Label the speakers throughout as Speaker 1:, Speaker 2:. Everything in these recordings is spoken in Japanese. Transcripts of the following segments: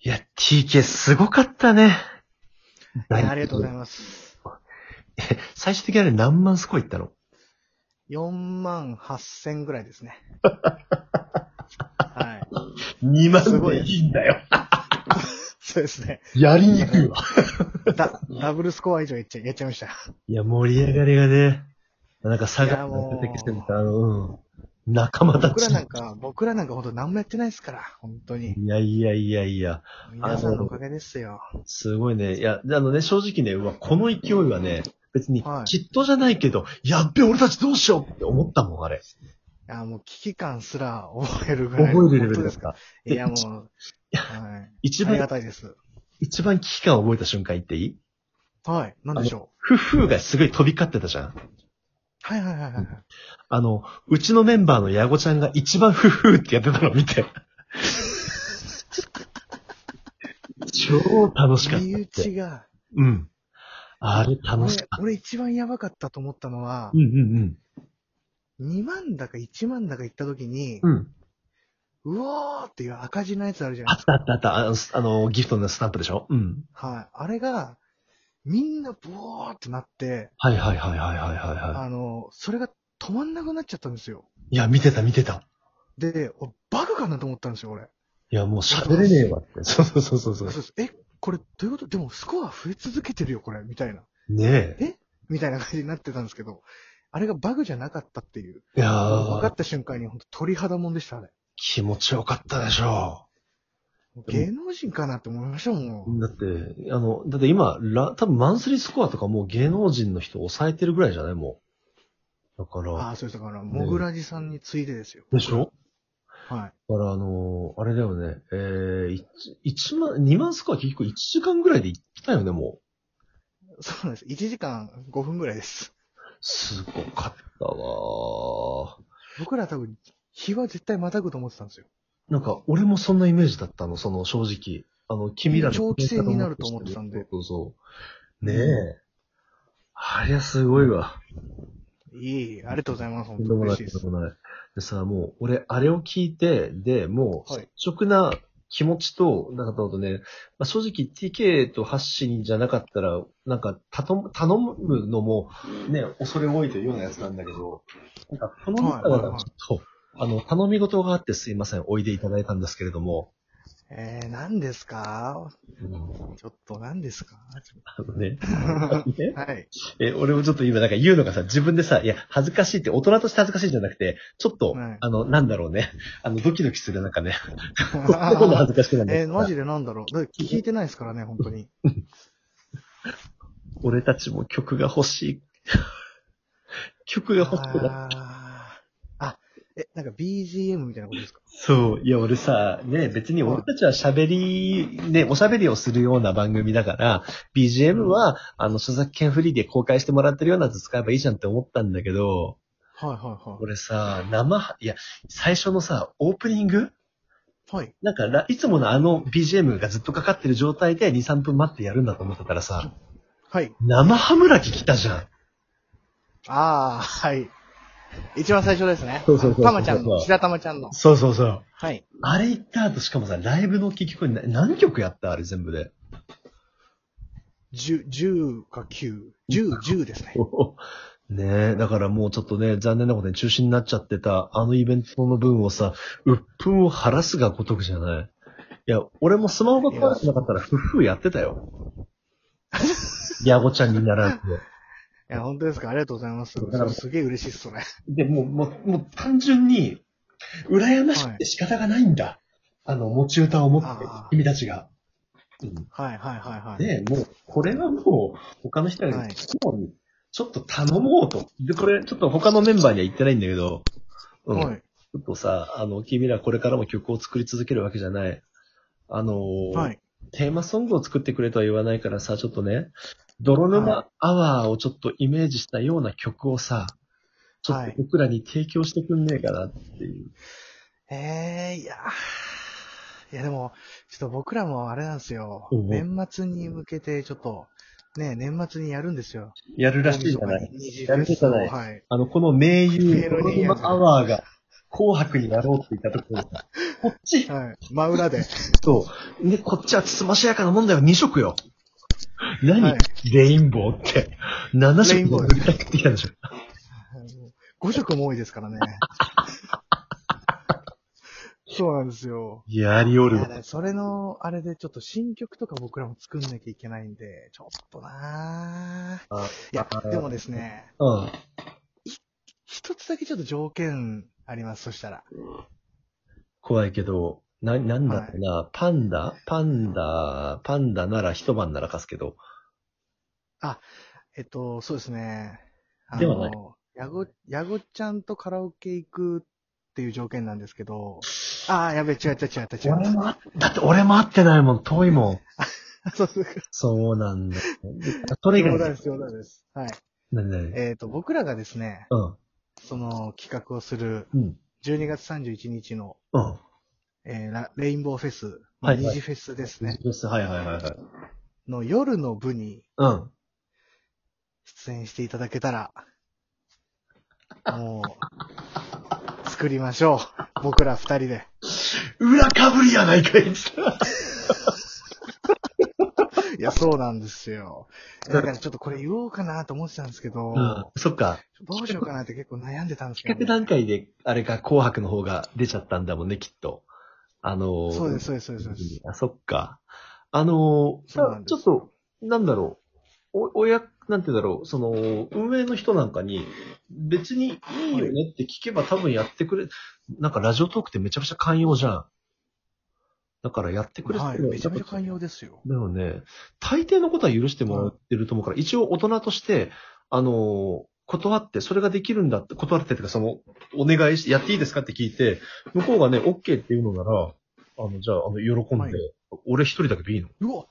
Speaker 1: いや、TK すごかったね。
Speaker 2: いやありがとうござい
Speaker 1: ま
Speaker 2: ます。
Speaker 1: す。最終的にあれ何万スコアいったの
Speaker 2: 4万8千ぐらいで すね。はい。
Speaker 1: ?2
Speaker 2: すごい
Speaker 1: いいんだよ。
Speaker 2: そうですね。
Speaker 1: やりにくいわ。
Speaker 2: ダダブルスコア以上やっちゃやっちゃいました。
Speaker 1: いや、盛り上がりがね、なんか佐
Speaker 2: い
Speaker 1: 賀
Speaker 2: や
Speaker 1: の
Speaker 2: もう
Speaker 1: 出てきてた、あの、うん。仲間た
Speaker 2: 僕
Speaker 1: ち
Speaker 2: ら。なんか、僕らなんか本当何もやってないですから、本当に。
Speaker 1: いやいやいやいや、
Speaker 2: 皆さんのおかげですよ。
Speaker 1: すごいね。いや、あのね、正直ね、うわ、この勢いはね、別に、
Speaker 2: はい
Speaker 1: きっとじゃないけど、やっべ、俺たちどうしようって思ったもん、あれ。
Speaker 2: いや、もう危機感すら覚えるぐらい。
Speaker 1: 覚えるレベル
Speaker 2: 本当
Speaker 1: で
Speaker 2: ですす
Speaker 1: か
Speaker 2: か。
Speaker 1: で
Speaker 2: いや、もう、はい。
Speaker 1: 一
Speaker 2: ありが
Speaker 1: 番、
Speaker 2: たいです。
Speaker 1: 一番危機感を覚えた瞬間言っていい
Speaker 2: はい。なんでしょう。
Speaker 1: 夫婦がすごい飛び交ってたじゃん。
Speaker 2: はいはいはいはいはい。
Speaker 1: あの、うちのメンバーのヤゴちゃんが一番フフーってやってたの見て。超楽しかった
Speaker 2: 身
Speaker 1: っ
Speaker 2: 内
Speaker 1: て。
Speaker 2: が、
Speaker 1: うん。あれ楽
Speaker 2: 俺
Speaker 1: しかっ、た。
Speaker 2: 俺一番やばかったと思ったのは
Speaker 1: う、んうん
Speaker 2: 2万だか1万だか行った時に、
Speaker 1: うん。うん。
Speaker 2: うおーっていう赤字のやつあるじゃな
Speaker 1: あ
Speaker 2: い
Speaker 1: っ
Speaker 2: です
Speaker 1: たあったあった。あの、すあのギフトのスタンプでしょうん。
Speaker 2: か。はい。あれが、みんなボーってなって、
Speaker 1: はいはいはいはいはいはい。は
Speaker 2: あの、それが止まんなくなっちゃったんですよ。
Speaker 1: い、いや、見てた見てた。
Speaker 2: で、おバグかなと思ったんですよ、俺。
Speaker 1: いや、もう喋れねえわって。そうそうそうそうそ
Speaker 2: そう
Speaker 1: う。
Speaker 2: ですえ、これどういうことでもスコア増え続けてるよ、これ、みたいな。
Speaker 1: ねえ。
Speaker 2: みたいな感じになってたんですけど、あれがバグじゃなかったっていう。
Speaker 1: いや
Speaker 2: 分か
Speaker 1: ー
Speaker 2: っ、た瞬間に本当鳥肌もんでした、あれ。
Speaker 1: 気持ちよかったでしょ。
Speaker 2: 芸能人かなって思いましたもん。
Speaker 1: だって、あの、だって今、ら、多分マンスリースコアとかもう芸能人の人抑えてるぐらいじゃないもう。だから、
Speaker 2: ああ、そうです。だから、モグラジさんに次いでですよ。
Speaker 1: でしょ
Speaker 2: はい。
Speaker 1: だからあのーあれだよね、えー、い一万、二万スコア結局1時間ぐらいで行ったよね、も
Speaker 2: そうなんです。1時間5分ぐらいです。
Speaker 1: う。すごかったわ
Speaker 2: 僕ら多分、日は絶対またぐと思ってたんですよ。
Speaker 1: ーなんか、俺もそんなイメージだったの、その、正直。あの、君らの。
Speaker 2: 長期戦になると思ってたんで
Speaker 1: そうそう。ねえ。ありゃすごいわ。
Speaker 2: いい、ありがとうございます。
Speaker 1: と
Speaker 2: 本
Speaker 1: ん
Speaker 2: 当
Speaker 1: で
Speaker 2: に
Speaker 1: もな
Speaker 2: 嬉
Speaker 1: い、
Speaker 2: しいで。
Speaker 1: とんですもない。でさ、もう、俺、あれを聞いて、で、もう、
Speaker 2: はい
Speaker 1: 率直な気持ちと、なんかったことね、まあ、正直 TK とハッシーじゃなかったら、なんか、たと、頼むのも、ね、恐れ多いというようなやつなんだけど、なんか、この中だ
Speaker 2: はいはい
Speaker 1: ら
Speaker 2: はい
Speaker 1: ちょっと、あの、頼み事があってすいません、おいでいただいたんですけれども、
Speaker 2: えー、何ですか
Speaker 1: うん
Speaker 2: ちょっと何で すか
Speaker 1: あのね、
Speaker 2: は
Speaker 1: ね
Speaker 2: い。
Speaker 1: え、俺もちょっと今なんか言うのがさ、自分でさ、いや、恥ずかしいって、大人として恥ずかしいんじゃなくて、ちょっと、
Speaker 2: はい
Speaker 1: あの、なんだろうね。あの、ドキドキする、なんかね。どんどん
Speaker 2: あ
Speaker 1: 恥ずかしくな
Speaker 2: ー
Speaker 1: る。
Speaker 2: えー、マジでなんだろう。だって聞いてないですからね、本当に。
Speaker 1: 俺たちも曲が欲しい。 曲が欲しくなる。
Speaker 2: あーあ、え、なんか BGM みたいなことですか
Speaker 1: そう。いや、俺さ、ね、別に俺たちは喋り、ね、おしゃべりをするような番組だから、BGM は、あの、著作権フリーで公開してもらってるようなやつ使えばいいじゃんって思ったんだけど、
Speaker 2: はいはい
Speaker 1: 俺さ、生、いや、最初のさ、オープニング
Speaker 2: はい。はい。
Speaker 1: なんかラ、いつものあの BGM がずっとかかってる状態で2、3分待ってやるんだと思ってたらさ、
Speaker 2: はい。
Speaker 1: 生ハムラキ来たじゃん。
Speaker 2: ああ、はい。一番最初ですね。
Speaker 1: そうそうそうそう
Speaker 2: たまちゃんの、白玉ちゃんの。
Speaker 1: そうそうそう。
Speaker 2: はい。
Speaker 1: あれ行った後、しかもさ、ライブの結局な何曲やったあれ全部で。
Speaker 2: 10、10か9。10、10ですね。
Speaker 1: ねえ、だからもうちょっとね、残念なことに中止になっちゃってた、あのイベントの分をさ、鬱憤を晴らすがごとくじゃない。いや、俺もスマホが壊れてなかったら、ふっふーやってたよ。 ヤゴちゃんにならんと。
Speaker 2: いや、本当ですか。ありがとうございます。
Speaker 1: だから
Speaker 2: すげえ嬉しいっす、それ。
Speaker 1: で、もう、もう、もう単純に、羨ましくて仕方がないんだ。あの、持ち歌を持って
Speaker 2: あー、
Speaker 1: 君たちが。うん
Speaker 2: はいはいはいはい。
Speaker 1: で、もう、これはもう、他の人が聞くのに、ちょっと頼もうと。で、これ、ちょっと他のメンバーには言ってないんだけど、うん。
Speaker 2: はい。
Speaker 1: ちょっとさ、あの、君らこれからも曲を作り続けるわけじゃない。あのー
Speaker 2: はい。
Speaker 1: テーマソングを作ってくれとは言わないからさ、ちょっとね、泥沼アワーをちょっとイメージしたような曲をさ、ちょっと僕らに提供してくんねえかなっていう。
Speaker 2: えー、いやー。いや、でも、ちょっと僕らもあれなんですよ。
Speaker 1: うんうん
Speaker 2: 年末に向けて、ちょっと、ね、年末にやるんですよ。
Speaker 1: やるらしいじゃない。
Speaker 2: 二次
Speaker 1: や
Speaker 2: フ
Speaker 1: る
Speaker 2: ェ
Speaker 1: じ
Speaker 2: ス
Speaker 1: ゃ
Speaker 2: を
Speaker 1: ない
Speaker 2: はい。
Speaker 1: あの、この名優、
Speaker 2: ペロ
Speaker 1: 泥
Speaker 2: ニアン
Speaker 1: 沼アワーが紅白になろうって言ったところさ こっち、
Speaker 2: はい。真裏で。
Speaker 1: そう。で、こっちはつつましやかなもんだよ、2色よ。何、
Speaker 2: はい
Speaker 1: レインボーって。7
Speaker 2: レイン
Speaker 1: 色
Speaker 2: ボ
Speaker 1: も
Speaker 2: ー
Speaker 1: 具体的なんでしょ。
Speaker 2: 5色も多いです からね。そうなんですよ。
Speaker 1: やりお
Speaker 2: い
Speaker 1: る
Speaker 2: や
Speaker 1: わ。
Speaker 2: ねそれの、あれでちょっと新曲とか僕らも作んなきゃいけないんで、ちょっとなぁ。
Speaker 1: あ
Speaker 2: いや
Speaker 1: あ、
Speaker 2: でもですね、
Speaker 1: うん。
Speaker 2: 一つだけちょっと条件あります、そしたら。
Speaker 1: 怖いけど、な、なんだろうな、パンダパンダ、パンダなら一晩なら貸すけど。
Speaker 2: えっと、そうですね。あ
Speaker 1: ではない
Speaker 2: の、やご、やごちゃんとカラオケ行くっていう条件なんですけど、ああ、やべえ、違う違う違う違う違う。
Speaker 1: もあ、だって俺も会ってないもん、遠いもん。
Speaker 2: そうそう。
Speaker 1: そうなんだよ。それ以
Speaker 2: 冗
Speaker 1: 外
Speaker 2: 談で
Speaker 1: に、
Speaker 2: す、冗談です。はい。
Speaker 1: 何何
Speaker 2: えっ、と、僕らがですね、
Speaker 1: うん。
Speaker 2: その企画をする
Speaker 1: うん。
Speaker 2: 12月31日の、
Speaker 1: うん。
Speaker 2: えーラレインボーフェス、まあ、
Speaker 1: はいはい
Speaker 2: 二次フェスですね、
Speaker 1: ですはいはいはいはい。
Speaker 2: の夜の部に
Speaker 1: うん。
Speaker 2: 出演していただけたら、もう、作りましょう。僕ら二人で。
Speaker 1: 裏かぶりやないかいっつって
Speaker 2: いや、そうなんですよ。だからちょっとこれ言おうかなと思ってたんですけど、
Speaker 1: うん。そっか。
Speaker 2: どうしようかなって結構悩んでたんですけ
Speaker 1: 企
Speaker 2: ど
Speaker 1: 画
Speaker 2: ね、
Speaker 1: 段階で、あれか、紅白の方が出ちゃったんだもんね、きっと。あのー、
Speaker 2: そうです、そうです、そうですそうです。
Speaker 1: あ、そっか。あのー、
Speaker 2: そうなん
Speaker 1: ち
Speaker 2: です
Speaker 1: ょっと、なんだろう。お、おや、なんて言うんだろう。その、運営の人なんかに、別にいいよねって聞けば多分やってくれ、なんかラジオトークってめちゃくちゃ寛容じゃん。だからやってくれ
Speaker 2: はい、めちゃめちゃ寛容ですよ。
Speaker 1: だよね。大抵のことは許してもらってると思うから、一応大人として、あのー断って、それができるんだって、断ってっていうか、その、お願いし、やっていいですかって聞いて、向こうがね、OK って言うのなら、あの、じゃあ、あの、喜んで、
Speaker 2: はい
Speaker 1: 俺一人だけでいいの。
Speaker 2: うわ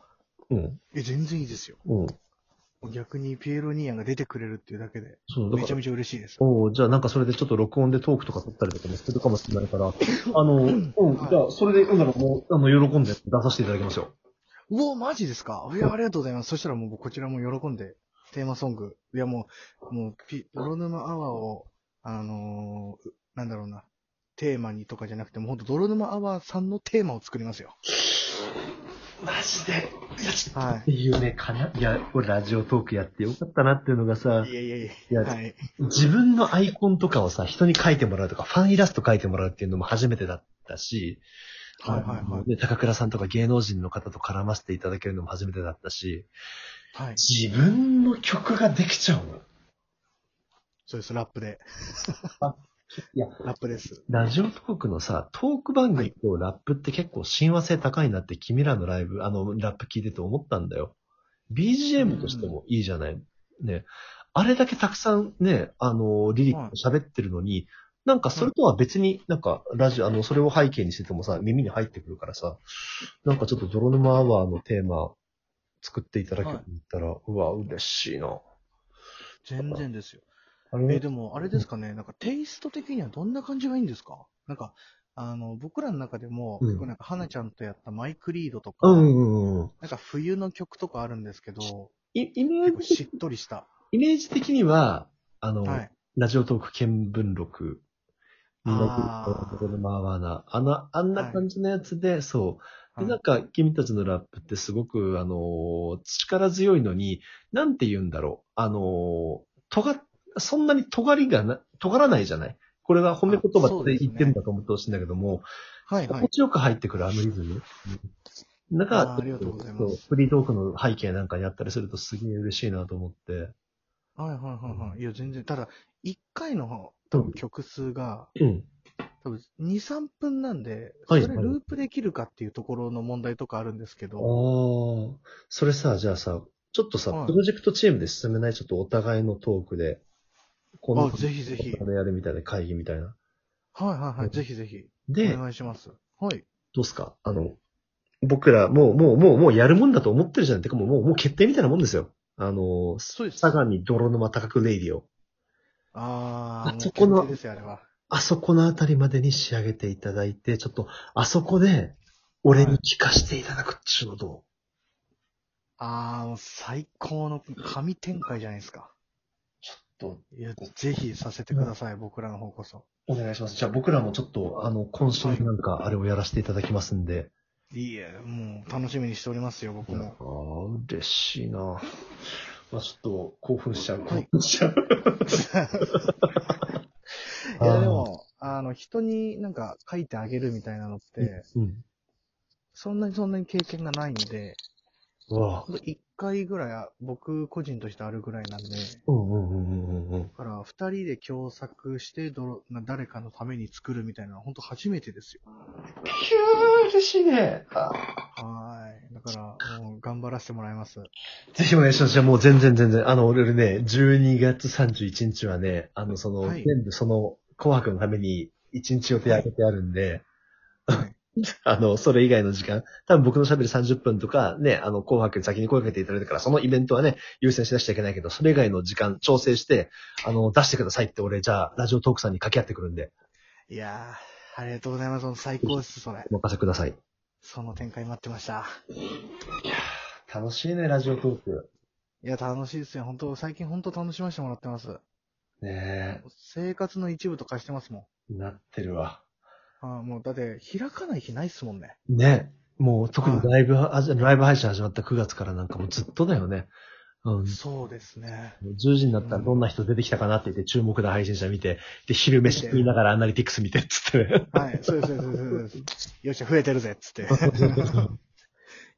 Speaker 1: うん。
Speaker 2: え、全然いいですよ。
Speaker 1: うん。
Speaker 2: 逆にピエロニアンが出てくれるっていうだけで、
Speaker 1: そう、だ
Speaker 2: めち
Speaker 1: か
Speaker 2: ゃ
Speaker 1: ら、
Speaker 2: めちゃ嬉しいです。
Speaker 1: おうじゃあなんかそれでちょっと録音でトークとか撮ったりとかもするかもしれない から、あの、うん、
Speaker 2: はい
Speaker 1: じゃあ、それで、うん、だからもう、あの、喜んで出させていただきますよ。
Speaker 2: うお、マジですかいや、ありがとうございます。そしたらもうこちらも喜んで、テーマソング。いや、もう、もう、ピ、泥沼アワーを、あのーうなんだろうな、テーマにとかじゃなくて、もうほんと泥沼アワーさんのテーマを作りますよ。
Speaker 1: マジで。
Speaker 2: は
Speaker 1: っていうね、かな、いや、俺ラジオトークやってよかったなっていうのがさ
Speaker 2: い。、いやいやい
Speaker 1: いや
Speaker 2: や。はい。
Speaker 1: 自分のアイコンとかをさ、人に書いてもらうとか、ファンイラスト書いてもらうっていうのも初めてだったし、
Speaker 2: はいはい
Speaker 1: あ
Speaker 2: は
Speaker 1: の
Speaker 2: い。
Speaker 1: ね高倉さんとか芸能人の方と絡ませていただけるのも初めてだったし、
Speaker 2: はい。
Speaker 1: 自分の曲ができちゃうの。
Speaker 2: そうです、ラップで。
Speaker 1: いや、
Speaker 2: ラップです。
Speaker 1: ラジオトークのさ、トーク番組とラップって結構親和性高いなって君らのライブ、あの、ラップ聞いてて思ったんだよ。BGM としてもいいじゃない。ね。あれだけたくさんね、あの、リリック喋ってるのに、なんかそれとは別になんかラジオ、あの、それを背景にしててもさ、耳に入ってくるからさ、なんかちょっと泥沼アワーのテーマ作っていただけたら、うわ、嬉しいな。
Speaker 2: 全然ですよ。
Speaker 1: あ
Speaker 2: えー
Speaker 1: れ
Speaker 2: でも、あれですかね、なんかテイスト的にはどんな感じがいいんですかなんか、あの、僕らの中でも、
Speaker 1: うん
Speaker 2: 結構なんか、花ちゃんとやったマイクリードとか、
Speaker 1: うんうんうん。
Speaker 2: なんか冬の曲とかあるんですけ ど、
Speaker 1: いイメ
Speaker 2: 結
Speaker 1: ー
Speaker 2: 構
Speaker 1: ジ、
Speaker 2: しっとりした。
Speaker 1: イメージ的には、あの、
Speaker 2: はい。
Speaker 1: ラジオトーク見聞録。
Speaker 2: あー
Speaker 1: 見聞録のまあまあな。あの、あんな感じのやつで、そう。で、
Speaker 2: はい
Speaker 1: なんか、君たちのラップってすごく、あのー力強いのに、なんて言うんだろう。あのー尖っ、そんなに尖りがな、尖らないじゃないこれは褒め言
Speaker 2: あそ
Speaker 1: 葉
Speaker 2: う
Speaker 1: で
Speaker 2: ですね
Speaker 1: 言ってるんだと思ってほしいんだけども、
Speaker 2: はいは
Speaker 1: 心
Speaker 2: い。
Speaker 1: 地よく入ってくるあのリズム。なん
Speaker 2: あ
Speaker 1: か
Speaker 2: ーありがとうございます
Speaker 1: そうフリートークの背景なんかにあったりするとすげえ嬉しいなと思って。
Speaker 2: はいはいはいはい。いや、全然、ただ、1回の
Speaker 1: う
Speaker 2: 多
Speaker 1: ん
Speaker 2: 分曲数が、
Speaker 1: うん。
Speaker 2: 多分2、3分なんで、そ
Speaker 1: はい
Speaker 2: れループできるかっていうところの問題とかあるんですけど、
Speaker 1: ああ、それさ、じゃあさ、ちょっとさ、
Speaker 2: はい
Speaker 1: プロジェクトチームで進めない、ちょっとお互いのトークで、こ
Speaker 2: あぜひぜひ
Speaker 1: これやるみたいな会議みたいな。
Speaker 2: はいはいは
Speaker 1: うん
Speaker 2: い。ぜひぜひ、お
Speaker 1: で、ど
Speaker 2: 願いします。はい。
Speaker 1: うっすかあの、僕ら、もう、もう、もう、もうやるもんだと思ってるじゃん。てかもう、もう、もう決定みたいなもんですよ。あの、
Speaker 2: そうです。
Speaker 1: 相模泥沼高くレイディオ。
Speaker 2: ああ、もう
Speaker 1: そこの
Speaker 2: 決定ですよ、あれは。
Speaker 1: あそこのあたりまでに仕上げていただいて、ちょっと、あそこで、俺に聞かせていただくっちゅうのど
Speaker 2: ああ、もう最高の神展開じゃないですか。
Speaker 1: う、どう
Speaker 2: いや、ぜひさせてください、僕らの方こそ。
Speaker 1: お願いします。じゃあ僕らもちょっと、あの、今週なんかあれをやらせていただきますんで。
Speaker 2: いえ、もう楽しみにしておりますよ、僕
Speaker 1: あ
Speaker 2: も。
Speaker 1: あ、嬉しいな。まあちょっと、興奮しちゃう。
Speaker 2: はい
Speaker 1: 興奮しちゃう。
Speaker 2: いや、でも、あの、人になんか書いてあげるみたいなのって、
Speaker 1: うん。
Speaker 2: そんなにそんなに経験がないんで、
Speaker 1: うわあ。
Speaker 2: ほんと一回ぐらいは僕個人としてあるぐらいなんで、だ
Speaker 1: うんうんうんうんうんうん。
Speaker 2: から二人で共作してどろな誰かのために作るみたいなのは本当初めてですよ。
Speaker 1: ピュー、嬉しいね。あ
Speaker 2: はーい。だから、もう頑張らせてもらいます。
Speaker 1: ぜひお願いします。じゃあもう全然全然。あの、俺ね、12月31日はね、あの、その、
Speaker 2: はい
Speaker 1: 全部その、紅白のために1日予定あげてあるんで、
Speaker 2: はい、
Speaker 1: あの、それ以外の時間、多分僕の喋る30分とか、ね、あの、紅白に先に声かけていただいたから、そのイベントはね、優先しなきゃいけないけど、それ以外の時間調整して、あの、出してくださいって俺、じゃあ、ラジオトークさんに掛け合ってくるんで、
Speaker 2: いやー、ありがとうございます。最高です、それ。
Speaker 1: お任せください。
Speaker 2: その展開待ってました。
Speaker 1: 楽しいね、ラジオトーク。
Speaker 2: いや、楽しいですよ。本当最近本当楽しませてもらってます。
Speaker 1: ね
Speaker 2: 生活の一部と化してますも
Speaker 1: え、なってるわ。
Speaker 2: ん。あーもう、だって、開かない日ないっすもんね。
Speaker 1: ね。もう特にライブは、あライブ配信始まった9月からなんかもうずっとだよね。うん。
Speaker 2: そうですね。
Speaker 1: 10時になったらどんな人出てきたかなって言って注目の配信者見て、で、昼飯食いながらアナリティクス見てっつってね。
Speaker 2: はい、そうです、そうですそうです、そうです。よっしゃ、増えてるぜ、っつ って。い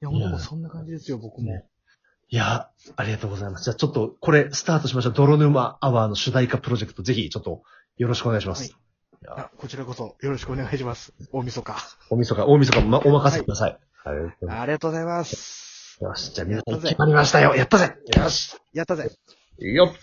Speaker 2: や、ほんともうそんな感じですよ、僕も
Speaker 1: ね。いや、ありがとうございます。じゃあちょっとこれスタートしましょう。泥沼アワーの主題歌プロジェクト、ぜひちょっとよろしくお願いします。いや
Speaker 2: あこちらこそ、よろしくお願いします。大晦日。
Speaker 1: 大晦日、大晦日もまお任せください。はい。
Speaker 2: ありがとうございます。
Speaker 1: よし、じゃあ皆さん決まりましたよ。やったぜよし
Speaker 2: やったぜ。
Speaker 1: よっ